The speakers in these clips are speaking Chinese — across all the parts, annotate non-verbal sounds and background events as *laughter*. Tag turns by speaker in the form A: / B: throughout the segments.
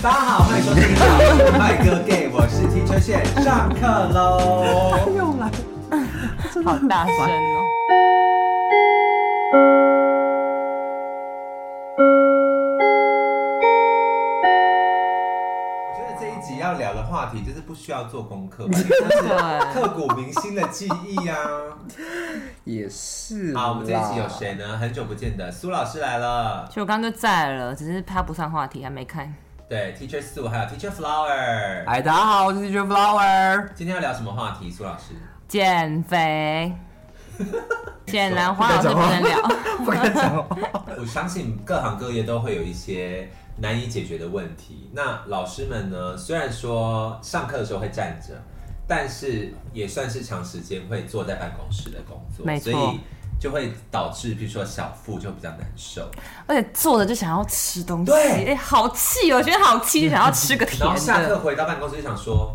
A: 大家好，欢迎收听《麦哥 gay》，我是 Teacher 线，上课喽。
B: 又来，
C: 好大声哦！
A: 我觉得这一集要聊的话题就是不需要做功课吧，就是刻骨铭心的记忆啊。
B: 也是啦。
A: 好，我们这一
B: 啊
A: 集有谁呢？很久不见的苏老师来了
C: 其，实我刚刚就在了，只是他不上话题，还没看。
A: 对，Teacher 四五还有 Teacher Flower。
B: 哎，大家好，我是 Teacher Flower。
A: 今天要聊什么话题？苏老师，
C: 减肥，显然黄老师不能聊。
B: *laughs* 不敢讲话。
A: 我相信各行各业都会有一些难以解决的问题。那老师们呢，虽然说上课的时候会站着，但是也算是长时间会坐在办公室的工作，
C: 没错
A: 所以就会导致，比如说小腹就比较难受，
C: 而且坐着就想要吃东西，哎、
A: 对
C: 好气哦！我觉得好气，想要吃个甜
B: 哎
A: 然后下课
C: 的，
A: 回到办公室就想说，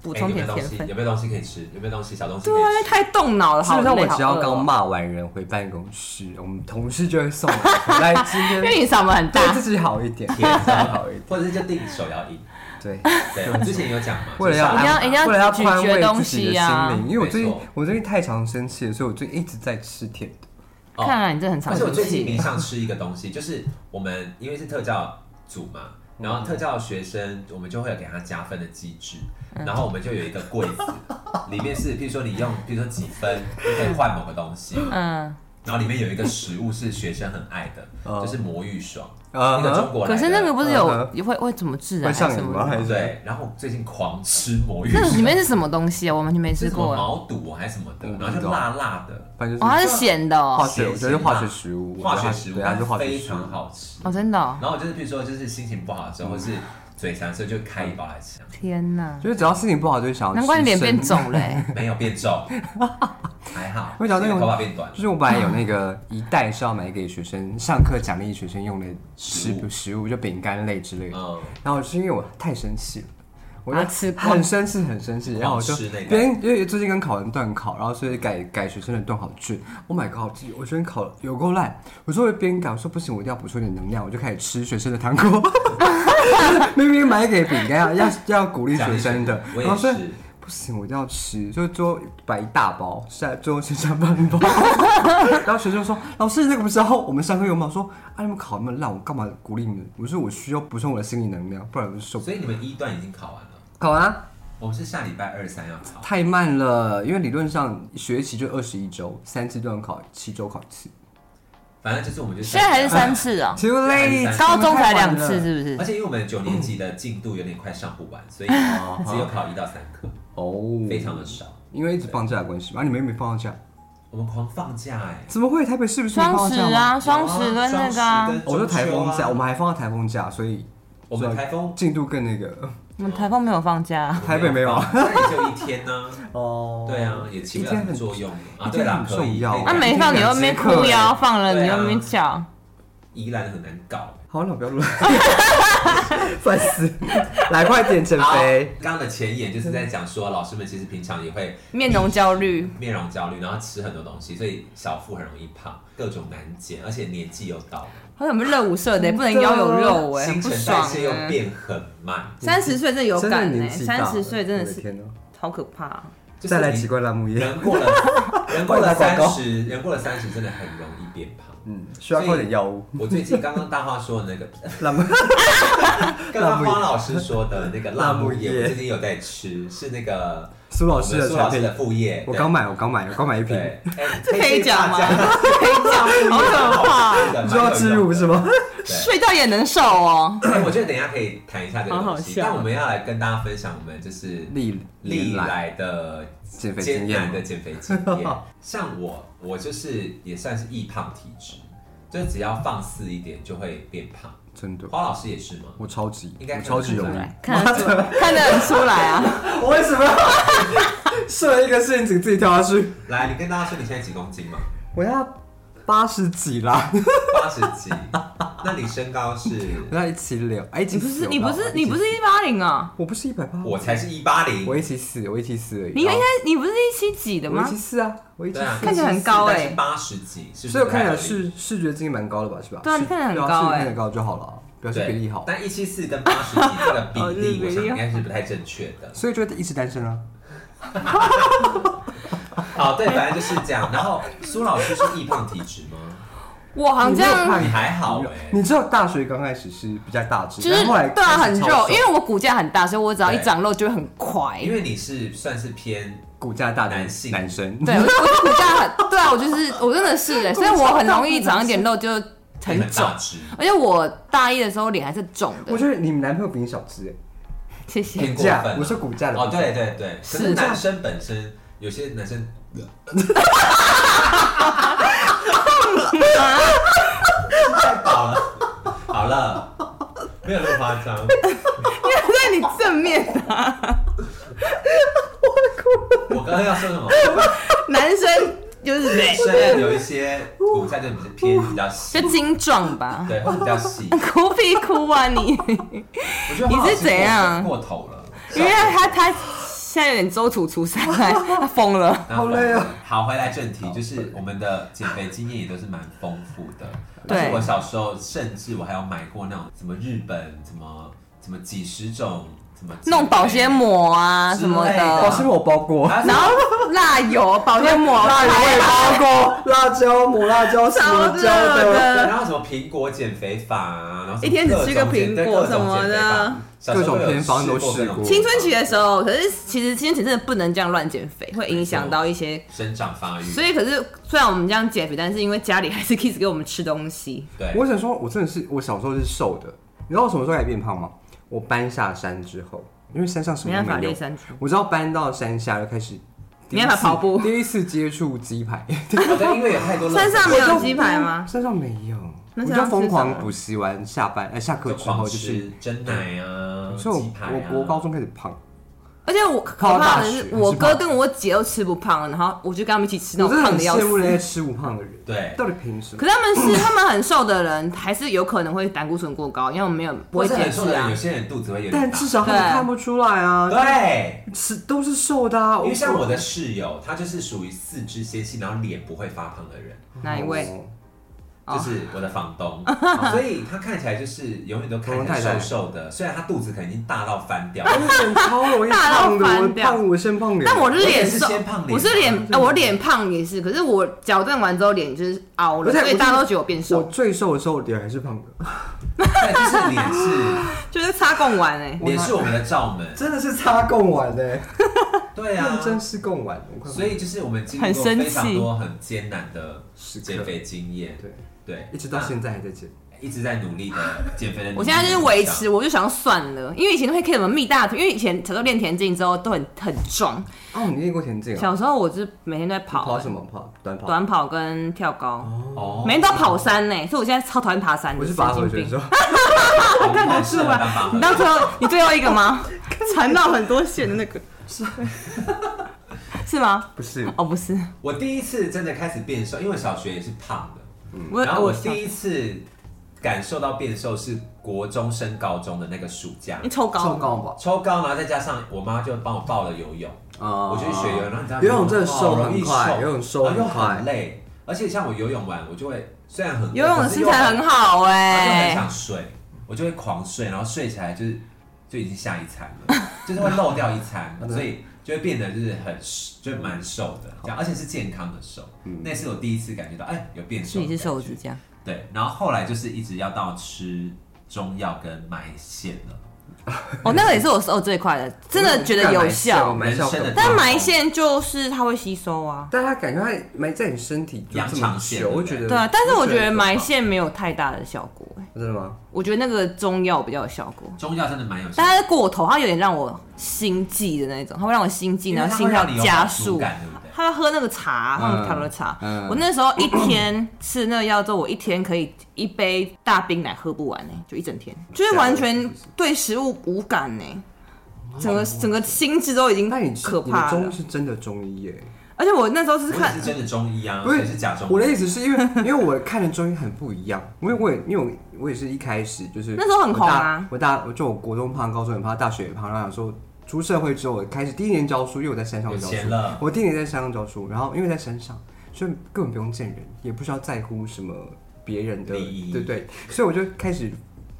C: 补
A: 哎、
C: 充
A: 有没有
C: 点
A: 东
C: 甜
A: 西？
C: 分。
A: 有没有东西可以吃？有没有东西小东西可
C: 对啊，因为
A: 以吃？
C: 太动脑了，
B: 基
C: 好
B: 本上
C: 累，
B: 我
C: 好
B: 只要
C: 饿哦
B: 刚，骂完人回办公室，我们同事就会送我回
C: *laughs*
B: 来今
C: 因为
B: 天
C: 你嗓门很大
B: 对，自己好一点，对
A: 甜
B: 自己
A: 的
B: 好一点。
A: 或者是就定手摇饮。
C: *laughs*
B: 对，
A: 对，我们之前有讲嘛，
B: 为了要
A: 就是
C: 一定要
B: 安
C: 一定要
B: 为了要
C: 咀
B: 宽
C: 嚼
B: 慰
C: 东
B: 自己的
C: 西啊
B: 心灵，因为我最
A: 没
B: 近
A: 错
B: 我最近太常生气了，所以我最近一直在吃甜的。
A: 哦
C: 看来你真的很常
A: 而且我
C: 生
A: 最近迷
C: 气。
A: 上吃一个东西，就是我们因为是特教组嘛，然后特教学生我们就会有给他加分的机制，
C: 嗯
A: 然后我们就有一个柜子，里面是譬如说你用譬如说几分就可以换某个东西，
C: 嗯，
A: 然后里面有一个食物是学生很爱的，
B: 嗯
A: 就是魔芋爽，
B: 嗯
A: 一个中国来
C: 可
A: 的。
C: 是那个不是有
B: 嗯
C: 会会怎么致癌
B: 会
C: 啊
B: 上瘾
C: 什么
B: 吗？还
C: 的？
B: 是
A: 对，然后我最近狂吃魔芋
C: 那个里
A: 爽，
C: 面是什么东西啊？我完全没
A: 是
C: 吃
A: 什么
C: 过。哦，
A: 毛肚啊还是什么的
B: 我，不
A: 然后
B: 知
A: 就
B: 道
A: 辣辣的
B: 反正就
C: 它
B: 是
C: 是咸的
B: 化
C: 哦。
B: 学，我觉得是化学食物，
A: 化学食物，
B: 对，它是化学
A: 非
B: 食物
A: 常。好吃。
C: 哦，真的哦。
A: 然后就是譬如说，就是心情不好的时候，
B: 嗯
A: 或是嘴馋的时候，就开一包来吃。
C: 天哪！
B: 就是只要心情不好就会想要吃
C: 难怪你脸
B: 生
C: 变肿了欸、
A: 没有变
B: *laughs*
A: 重，还好。
B: 我想那
A: 是因为
B: 种
A: 头发变短了
B: 就是我本来有那个一袋是要买给学生上课奖励学生用的食
A: 食物
B: 食物，就饼干类之类的。
A: 嗯，啊
B: 然后是因为我太生气了，我
C: 把
B: 就
C: 它吃光
B: 很生气，很生气。然后我就
A: 吃那袋
B: 别人因为最近跟考完段考，然后所以改改学生的段考卷。Oh my god！我昨天考得有够烂，我说我边改，我说不行，我一定要补充点能量，我就开始吃学生的糖果。 *laughs* 明明买给饼干要要要鼓励学生的，
A: 我
B: 然后
A: 也
B: 所以
A: 是。
B: 不行，我一定要吃，就最后买一大包，下最后剩下半包。然后学生说：“老师，那个不是要我们上课用吗？”我说：“啊，你们考那么烂，我干嘛鼓励你们？我说我需要补充我的心理能量，不然我就受不了。
A: 所以你们一段已经 *laughs* 考完了，”
B: 考啊，
A: 我们是下礼拜二三要考。
B: 太慢了，因为理论上学期就二十一周，三次段考，七周考一次。
A: 反正就是我们就
C: *laughs* 现在还是三
A: 三，
C: 次哦，
B: Too late，
C: 高中才两
B: 太晚
C: 次
B: 了
C: 是不是
A: 而？且因呃为我们九年级的进度有点快上不完，所以
B: 哦
A: 只有考一到三科，
B: 哦，
A: 非常的少。
B: 因为一直放假的关系嘛，啊你们又没放到假，
A: 我们狂放假哎，
B: 怎么会？台北市不是没放
C: 双
B: 到
C: 十
B: 假吗？
C: 啊，双十跟那个
A: 双
C: 啊
A: 十，跟
B: 哦我说台风
A: 中秋
B: 假，
A: 啊
B: 我们还放到台风假，所以
A: 我们台风
B: 进度更那个。
C: 我们台风没有放假，
B: 台北没有啊
A: 那也就一天呢。
B: 哦
A: 对啊，也起不了
B: 一
A: 什
B: 天
A: 么
B: 很
A: 作用啊。
B: 一
A: 对
B: 天
A: 啦
B: 很，
A: 可以。
B: 重要
C: 那
A: 可以啊
C: 啊没放你又没哭腰，放了你又没讲，
A: 宜兰很难搞。
B: 好了，不要录了， *laughs* 烦死！来，快点减
A: 好
B: 肥。，
A: 刚刚的前言就是在讲说，老师们其实平常也会
C: 面容焦虑，
A: 面容焦虑，然后吃很多东西，所以小腹很容易胖，各种难减，而且年纪又到了，
C: 好像我们热舞社的欸，不能腰有肉哎，
A: 啊新
C: 很不
A: 陈代
C: 爽
A: 谢又
C: 哎。
A: 变很慢，
C: 三十岁真的有
B: 真的
C: 感哎，
B: 年纪大
C: 三
B: 了，
C: 十岁真的
B: 我
C: 是
B: 天哪！哦
C: 好可怕啊。
A: 就是
B: 再来
A: 你
B: 几罐辣木叶，
A: 人过
B: *laughs*
A: 了，人过了
B: 快打
A: 三
B: 广告
A: 十，人过了三十真的很容易变胖。
B: 嗯，需要靠点药物。
A: 我最近刚刚大话说的那
B: *laughs*
A: 个，
B: 辣
A: *laughs*
B: 木，
A: 刚刚花老师说的那个辣木
B: 辣木
A: 叶，
B: 叶
A: 我最近有在吃，是那个
B: 苏老师
A: 我
B: 的
A: 们苏老
B: 产
A: 师
B: 品
A: 的，副业，
B: 我
A: 对
B: 刚买，我刚买，我刚买一瓶。
A: 对，哎
C: 这可以讲吗？ *laughs*
A: 这个
C: 可以讲，好可怕啊，
A: 蛮有
B: 你说要置
A: 用
B: 入
A: 的
B: 是吗？
A: 对
C: 睡觉也能瘦哦。
A: 哎我觉得等一下可以谈一下这个
C: 好
A: 东
C: 好
A: 西，
C: 笑
A: 但我们要来跟大家分享我们就是
B: 历
A: 历
B: 来
A: 来的
B: 减肥
A: 艰
B: 经
A: 难的
B: 验，
A: 减肥经验。像我，我就是也算是易胖体质，就只要放肆一点就会变胖。
B: 真的，
A: 花老师也是吗？
B: 我超级，
A: 应该
B: 我超级容
A: 看得
B: 易
A: 出。*laughs*
C: 看得出，看得很出来啊。
B: *laughs* 我为什么要 *laughs* 设一个陷阱自己跳下去？
A: 来，你跟大家说你现在几公斤吗？
B: 我要八十几 *laughs* 啦，
A: 八十几。那你身高是？
B: 我要一七六，哎，一
C: 你
B: 七
C: 不是
B: 四
C: 你不是
B: 我
C: 你不
B: 到
C: 是一八零啊？
B: 我不是一百八，
A: 我才是一八零
B: 我。一七四，我一七四而已。
C: 你应该你不是一七几的
B: 我一
C: 吗
B: 七？四啊，我一七
A: 对啊，
B: 四，
C: 看起来很高哎
A: 八十几，是不是？
B: 所以我看起来。视视觉经验蛮高的吧，是吧？
C: 对啊
B: 视
C: 你看起来很
B: 对啊视
C: 高
B: 觉
C: 哎
B: 看起来高就好了啊。表示
A: 对，
B: 比例好，
A: 但一七四跟八十几这个
C: 哦
A: 比
C: 这是
A: 例，
C: 比
A: 我
C: 例
A: 想应该是不太正确的。
B: 所以就会一直单身啊。
A: 好，对，反正就是这样。然后苏老师是易胖体质吗？
C: 我好
B: 你没有
C: 像
B: 胖
A: 你还好哎、
B: 你只有大学刚开始是比较大只，
C: 就是
B: 但后来
C: 对啊，
B: 开
C: 很
B: 始超
C: 肉，
B: 瘦
C: 因为我骨架很大，所以我只要一
A: 对
C: 长肉就会很快。
A: 因为你是算是偏
B: 骨架大的
A: 男性
B: 男生，
C: 对，我我骨架很，对啊，我就是我真的是哎，所以我很容易长一点肉就很
A: 很
C: 肿
A: 大，只，
C: 而且我大一的时候脸还是肿
B: *laughs* 我
C: 的。
B: 觉得你们男朋友比你小只欸，
C: 谢
A: 偏
C: 谢。
B: 骨
A: 过分
B: 架
A: 了。
B: 我是骨架的
A: 哦，对对对，可
C: 是
A: 是男生本身有些男生，太饱了，好了，没有那么夸张。
C: *laughs* 那你正面啊，
A: 我刚刚要说什么？
C: 男生就
A: *laughs*
C: 是
A: 男生有一些骨架就比较偏比较细
C: 就，精壮吧，
A: 对，或者比较细。
C: *laughs* 哭屁哭啊你！
A: 我觉得黄老师
C: 你是怎样
A: 过过头了？
C: 因为他他现在有点周楚除三害，他疯了。
A: 然后
B: 好累哦
A: 好，回来正题，就是我们的减肥经验也都是蛮丰富的。
C: 对
A: 而且我小时候甚至我还有买过那种什么日本什么什么几十种什么
C: 弄保鲜，膜啊什么
A: 之类的
B: 保
C: 的，
B: 鲜膜我包过，
C: *laughs*
A: 然
C: 然后辣油、保鲜膜、
B: 辣油我也包过，辣椒抹辣椒什
C: 超
B: 么
C: 热
B: 椒的，
C: 的，
A: 然后什么苹果减肥法啊，然后什么
D: 一天只吃个苹果
A: 各种
D: 什么的，
A: 各种减肥法
B: 各种偏方
A: 小
B: 都
A: 时候
B: 试
A: 有这种嗯
B: 过
D: 青
B: 青
D: 春期的时候，可
C: 可
D: 是
C: 是其实青春期真的不能这样乱减肥，会影响到一些。
A: 生长发育，
C: 所以可是虽然我们这样减肥，但是因为家里还是 kiss 给我们吃东西，
A: 对，
B: 我想说，我真的是我小时候是瘦的，你知道我什么时候才变胖吗？我搬下山之后，因为山上什
C: 没
B: 么
C: 办
B: 都
C: 法
B: 没有
C: 列，山猪。
B: 我知道搬到山下就开始第一次。
C: 没办法跑步
B: 第一次接触鸡
C: *laughs*
B: 排，
A: 我的因为有太多垃圾
C: 山上没有鸡排吗？
B: *laughs* 山上没有，
C: 那
B: 我
C: 山
B: 就
C: 上吃
B: 疯
C: 什
B: 狂
C: 么
B: 补习完下班，呃，下课
A: 就
B: 之后
A: 狂
B: 就是，
A: 吃真奶啊，
B: 所以我
A: 鸡排
B: 我
A: 啊，
B: 国高中开始胖，
C: 而且我可
B: 靠大
C: 怕的
B: 学
C: 是，
B: 还是
C: 我哥
B: 胖
C: 跟我姐都吃不胖，然后我就跟他们一起吃那
B: 我真
C: 种
B: 的很
C: 胖的要死
B: 羡。慕那些吃不胖的人，
A: 对
B: 到底凭什么？
C: 可是他们是他们很瘦的人，还是有可能会胆固醇过高，因为我们没有不
A: 或
C: 会
A: 是
C: 节
A: 很瘦
C: 制
A: 的人，
C: 啊
A: 有。些人肚子会有点
B: 但
A: 大
B: 至少他们
C: 对
B: 看不出来啊，
A: 对。
B: 吃都是瘦的啊，
A: 因为像我的室友，他就是属于四肢纤细，然后脸不会发胖的人，
C: 哪一位？
B: 哦
C: 哦
A: 就是我的房
C: *laughs*
A: 东，所以他看起来就是永远都看
B: 房东
A: 起来瘦
B: 太太
A: 瘦的，虽然他肚子可能已经大到翻掉，
C: *laughs*
B: 我脸超容易
C: 大到
B: 胖的，我
C: 翻掉
B: 胖我生胖脸，
C: 但我
A: 我也
C: 脸
A: 是
C: 瘦
A: 先胖，脸啊
C: 我是脸
A: 嘛，
C: 呃我脸胖也是，可是我矫正完之后脸就是凹了，
B: 而且
C: 所以
B: 我
C: 大家
B: 是
C: 都觉得我变
B: 我
C: 瘦，
B: 最瘦的时候脸还是胖的，
A: 对，就是脸是
C: 就是擦贡丸哎、
A: 脸是我们的罩门，
B: 真的是擦贡丸的、欸，
A: 对啊
B: 认，真是贡丸，我快
A: 所以就是我们经历
C: 很
A: 过
C: 生
A: 非常
C: 气
A: 多很艰难的
B: 时刻
A: 减肥经验，
B: 对，
A: 对，
B: 一直到现在还在减，
A: 那一直在努力的减肥的，
C: 我现在就是维持，，我就想要算了，因为以前都会看什么蜜大腿，因为以前小时候练田径之后都很很壮，
B: 哦，你练过田径啊？
C: 小时候我就是每天都在跑、
B: 跑什么跑？短跑。
C: 短跑跟跳高，
A: 哦，
C: 每天都跑山呢、所以我现在超讨厌爬山的。
B: 我是拔河
C: 神经
B: 选
C: 病
B: 手，
A: 好啊看得
C: 出来啊你到最后，你最后一个吗？ *laughs* 缠到很多线的那个， *laughs* 是吗？
B: 不是
C: 哦，不是，
A: 我第一次真的开始变瘦，因为我小学也是胖的。
C: 我
A: 然后我
C: 想
A: 第一次感受到变瘦是国中升高中的那个暑假
C: 你，抽 *laughs* 高，
B: 瘦高吧？
A: 抽高，然后再加上我妈就帮我报了游泳，
B: 啊
A: 我就去学游泳，然后你知道
B: 游泳真的瘦
A: 好容易
B: 很快
A: 瘦，
B: 游泳瘦
A: 然后又
B: 很快
A: 很累，而且像我游泳完，我就会虽然很
C: 游泳的身材很
A: 好，然后
C: 好
A: 就很
C: 哎、
A: 想睡，我就会狂睡，然后睡起来就是就已经下一餐了，就是会漏掉一餐，所以就会变得就是很就蛮瘦的，这样而且是健康的瘦，那是我第一次感觉到哎有变瘦，
C: 是你是瘦子。这样，
A: 对，然后后来就是一直要到吃中药跟埋线了，
C: 哦，那个也是我瘦最快的，真的觉得有效。
B: 蛮效
A: 人生的
C: 但埋线就是它会吸收啊，
B: 但它感觉它埋在你身体就这
A: 羊肠
B: 么
A: 线
B: 久，我
A: 对不
B: 觉
A: 对
B: 得
C: 对啊。但是我觉得埋
B: 埋
C: 线没有太大的效果、哎
B: 真的吗？
C: 我觉得那个中药比较有效果。
A: 中药真的蛮有效
C: 但它是过头，它有点让我心悸的那种，它会让我心悸，
A: 因
C: 然
A: 为
C: 后
A: 它
C: 心
A: 会
C: 跳
A: 让你有
C: 加
A: 饱足
C: 速。
A: 感对不对？
C: 他喝那个茶，他们调的茶。
B: 嗯
C: 我那时候一天吃那个药之后，我一天可以一杯大冰奶喝不完呢、就一整天，就是完全对食物无感呢、整个整个心智都已经
B: 那你吃
C: 可
B: 你的
C: 怕了
B: 中，是真的中医耶？
C: 而且我那时候是
A: 我也
C: 看
A: 是真的中医啊，
B: 不是
A: 谁是假中医。
B: 我的意思是因为，因为我看的中医很不一样，因为我也因为我我也是一开始就是
C: 那时候很红啊
B: 我大我大我就我国中胖，高中也胖，大学也胖，然后想说出社会之后，我开始第一年教书，因为我在山上
A: 有
B: 教
A: 钱
B: 书
A: 了，
B: 我第一年在山上教书，然后因为在山上，所以根本不用见人，也不需要在乎什么别人的
A: 利益
B: 对对，所以我就开始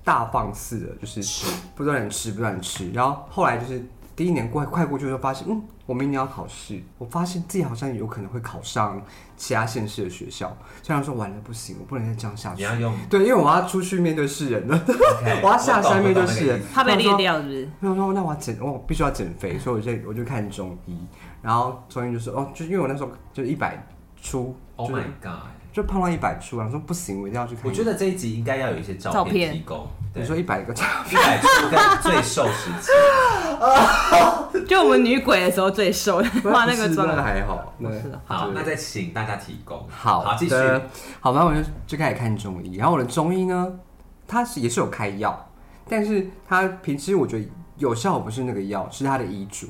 B: 大放肆的，就是
A: 吃
B: 不断的吃，不断的吃。然后后来就是第一年快快过去的时候，发现嗯，我明年要考试，我发现自己好像有可能会考上其他县市的学校。这样说完了不行，我不能再这样下
A: 你
B: 去。
A: 要用
B: 对，因为我要出去面对世人了，
A: OK，
B: *laughs* 我要下山
A: 懂
B: 面
A: 我
B: 对
A: 懂那个
B: 世人
A: 意思。
C: 怕被
B: 然
C: 裂
B: 后说
C: 掉是不是？
B: 没有说那我要减，我必须要减肥，所以我就我就看中医，然后中医就说哦，就因为我那时候就一百出，就
A: Oh
B: 是
A: my god！
B: 就胖到一百出，然后说不行，我一定要去看医。
A: 我觉得这一集应该要有一些照
C: 照
A: 片
C: 片
A: 提供。对
B: 你，说一百个，
A: *laughs* 一百出跟最瘦时期，
C: 就我们女鬼的时候最瘦， *laughs* 化那个妆
B: 不
C: 啊
B: 是那还好，那
C: 是啊
A: 好，
B: 对
A: 那再请大家提供。
B: 好
A: 好，继续。
B: 的，好，反正我就就开始看中医，然后我的中医呢，它是也是有开药，但是它平时我觉得有效不是那个药，是它的医嘱，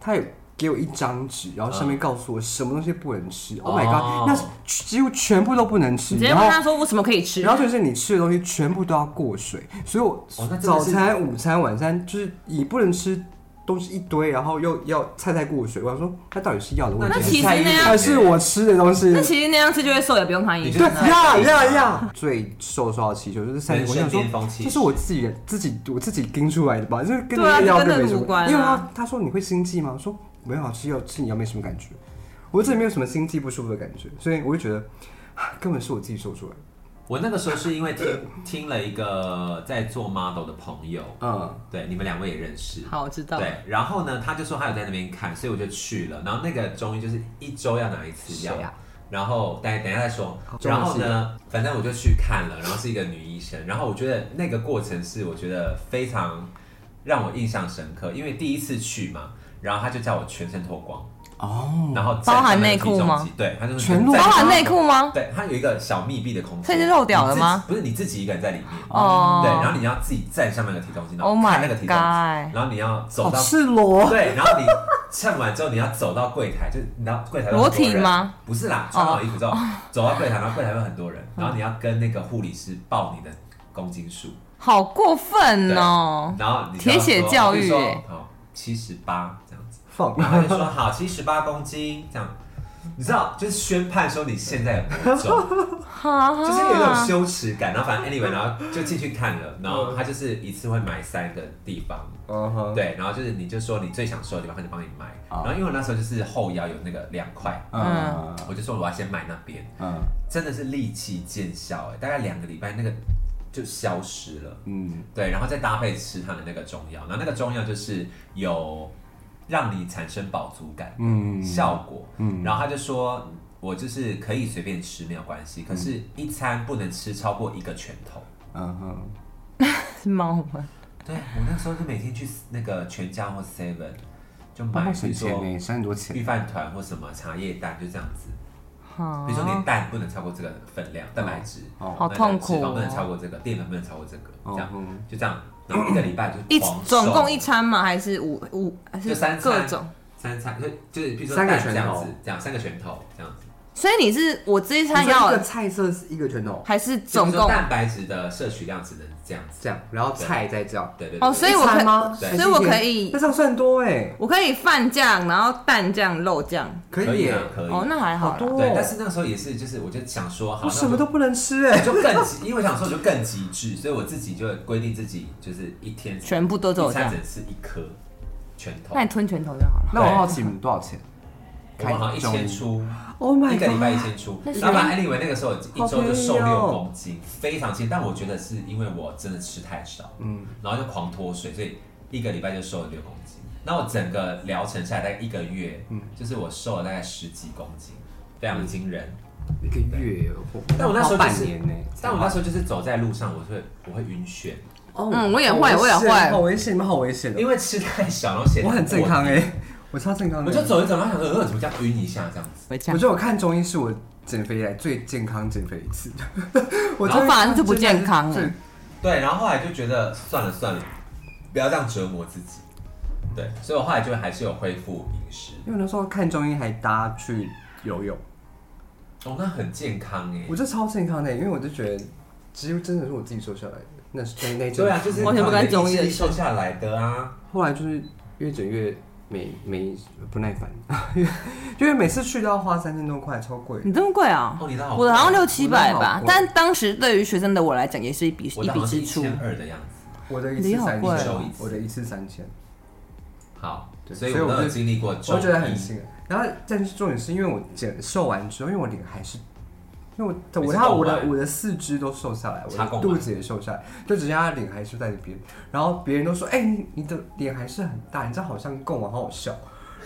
B: 它有给我一张纸，然后上面告诉我什么东西不能吃。Oh my
A: 哦
B: god，那是几乎全部都不能吃，
C: 你直接
B: 然
C: 问
B: 后。
C: 他说为什么可以吃
B: 然？后就是你吃的东西全部都要过水，所以我
A: 哦那真的
B: 早
A: 是
B: 餐、午餐、晚餐就是你不能吃东西一堆，然后又要菜菜过水。我想说，它到底是药的问
C: 那
B: 题，
C: 其实那样
B: 还是我吃的东西
C: 啊那？其实那样吃就会瘦，也不用看医
A: 你
C: 生。
A: 就
B: 嗯对
A: 是
B: 呀呀呀！最受受到气球就是三
A: 人
B: 十我想
A: 生
B: 说
A: 巅，峰期，
B: 这是我自己人自己我自己盯出来的吧？这跟
C: 对啊
B: 那个药
C: 这
B: 根
C: 跟那
B: 本没什
C: 无
B: 么
C: 关啊
B: 因为他他说你会心悸吗？我说没有啊，吃药吃你药没什么感觉，我这里没有什么心悸不舒服的感觉，所以我就觉得啊根本是我自己说出来的。
A: 我那个时候是因为听 *coughs* 听了一个在做 model 的朋友，
B: 嗯，
A: 对，你们两位也认识。
C: 好，我知道。
A: 对，然后呢，他就说他有在那边看，所以我就去了。然后那个中医就是一周要拿一次药，
B: 谁啊
A: 然后等等一下再说。
B: 中医
A: 然后呢，反正我就去看了，然后是一个女医生，然后我觉得那个过程是我觉得非常让我印象深刻，因为第一次去嘛，然后他就叫我全身脱光，
B: 哦，
A: 然后站
C: 包含
A: 上那个
C: 内裤
A: 体重
C: 吗
A: 机？对，他就是
B: 全裸
A: 站
C: 包
A: 上
C: 含内裤吗？
A: 对，它有一个小密闭的空间，
C: 所以是漏掉了吗
A: 你自己不是，你自己一个人在里面。
C: 哦
A: 对，然后你要自己站上那个体重机，然后
C: Oh my
A: 看那个体重机
C: God
A: 然后你要走
B: 好
A: 到
B: 赤裸，
A: 对，然后你称完之后，你要走到柜台，就是你知道柜台有
C: 裸
A: 很多
C: 体
A: 人
C: 吗？哦
A: 不是啦，穿好衣服之后走到柜台，然后柜台有很多人，然后你要跟那个护理师报你的公斤数，
C: 好过分哦！
A: 然后你
C: 铁血教育欸
A: 七十八这样子，
B: *laughs* 放
A: 然后他就说好七十八公斤这样，你知道就是宣判说你现在有多重。
C: 哈哈
A: 就是有一种羞耻感，然后反正 anyway，然后就进去看了，然后他就是一次会买三个地方，
B: 嗯哼，
A: 对，然后就是你就说你最想瘦的地方，他就帮你买。
B: 哦
A: 然后因为我那时候就是后腰有那个两块，
B: 嗯
A: 我就说我要先买那边，
B: 嗯
A: 真的是立即见效哎、大概两个礼拜那个就消失了，
B: 嗯，
A: 对，然后再搭配吃他的那个中药，然后那个中药就是有让你产生饱足感，
B: 嗯
A: 效果。然后他就说，我就是可以随便吃没有关系，可是一餐不能吃超过一个拳头。
B: 嗯哼，
C: 是猫吗？
A: 对我那时候就每天去那个全家或 Seven 就
B: 妈
A: 买，
B: 妈
A: 比
B: 哦省
A: 如
B: 钱
A: 说
B: 呢，三十多钱，
A: 御饭团或什么茶叶蛋，就这样子。
C: 啊
A: 比如说连蛋不能超过这个分量，蛋白质，
B: 哦
C: 好
A: 那个
C: 痛苦
A: 脂肪不能
C: 哦
A: 超过这个，淀粉不能超过这个，这样
B: 嗯
A: 就这样，然后一个礼拜就
C: 一
A: 狂
C: 总
A: 瘦
C: 共一餐吗？还是五五？还
A: 就是三餐
C: 各种？
A: 三餐，就就是比如说
B: 三个
A: 蛋
B: 拳
A: 这样
B: 头
A: 子，这样三个拳头这样子。
C: 所以你是我这一餐
B: 你说
C: 要
B: 一个菜色是一个拳头
C: 还是
A: 就
C: 总
A: 是说
C: 共？
A: 蛋白质的摄取量只能这样子。
B: 这样，然后菜再这样，
A: 对对对
C: 哦，所以
B: 一
C: 我可
B: 餐吗
A: 对
C: 以，所以我可以
B: 那，这样算多哎，
C: 我可以饭酱，然后蛋酱、肉酱。
B: 可
A: 可以
B: 耶
A: 啊，可以。
C: 哦，那还
B: 好
C: 好啦。
B: 多，
A: 对，但是那个时候也是，就是我就想说，好，
B: 我
A: 那
B: 什么都不能吃
A: 我 *laughs*
B: 哎，
A: 就就更极，因为我想说我就更极致，所以我自己就规定自己就是一天
C: 全部都只有
A: 一
C: 这
A: 餐
C: 样
A: 只能吃一颗拳头
C: 那，你吞拳头就好了。
B: 那我好奇你们多少钱
A: 我们好像一千出，
B: ？Oh my
A: 一个礼拜一
B: god！
A: 千出。
C: 那是
A: 然后反正 anyway 那个时候一
B: 好
A: 周
B: 便宜
A: 就
B: 哦
A: 瘦六公斤，非常轻。但我觉得是因为我真的吃太少，嗯，然后就狂脱水，所以一个礼拜就瘦了六公斤。那我整个疗程下来大概一个月，嗯，就是我瘦了大概十几公斤，非
B: 嗯
A: 常惊人。
B: 一个月哦，
A: 但我那时候
B: 半
A: 就是
B: 年欸呢，
A: 但我那时候就是走在路上，我会我会晕眩，
B: 候
C: 嗯我也会我也会
B: 哦好危险，你们好危险哦，
A: 因为吃太少，然后血
B: 我很
A: 糖
B: 健
A: 过
B: 康
A: 低，
B: 哎，我超健康的，
A: 我就走一走，然后想说，呃，怎么这样晕一下这样子？
C: 我这
B: 我
C: 样，
B: 觉得我看中医是我减肥以来最健康减肥一
C: *laughs*
B: 次，我
C: 然后反而是不健康哎
B: 最
A: 对，然后后来就觉得算了算了，不要这样折磨自己。对，所以我后来就还是有恢复饮食，
B: 因为那时候看中医还搭去游泳，
A: 哦，那很健康哎
B: 我。就超健康的，因为我就觉得，几乎真的是我自己瘦下来的，那是那那一阵
A: 对啊，就是
C: 完全不跟
A: 靠你的
C: 中医
A: 意志力
C: 的
A: 瘦下来的啊。
B: 后来就是越减越没没不耐烦， *laughs* 因为每次去都要花三千多块，超贵。
C: 你这么贵啊？
A: 哦你的好
C: 我的好像六七百
B: 我的好
C: 吧
B: 贵，
C: 但当时对于学生的我来讲，也是一笔
A: 我
C: 一
A: 的
C: 笔
A: 好像是
C: 支
A: 一
C: 出。
A: 千二的样子。
B: 我的一
C: 你
B: 次
C: 好
B: 三
C: 贵
B: 千
A: 哦，
B: 我的一次三千，
A: 好，
B: 对
A: 所以
B: 所以
A: 我
B: 我
A: 都有
B: 就
A: 经历过
B: 我
A: 中医，
B: 觉得很新。然后，但是重点是因为我减瘦完之后，因为我脸还是，因为我
A: 你
B: 我
A: 是
B: 然后我
A: 动
B: 的
A: 脉
B: 我的四肢都瘦下来，我
A: 插
B: 的
A: 供吗
B: 肚子也瘦下来，就只剩下脸还是在那边。然后别人都说：“哎、你你的脸还是很大，你这好像贡王，好好笑。”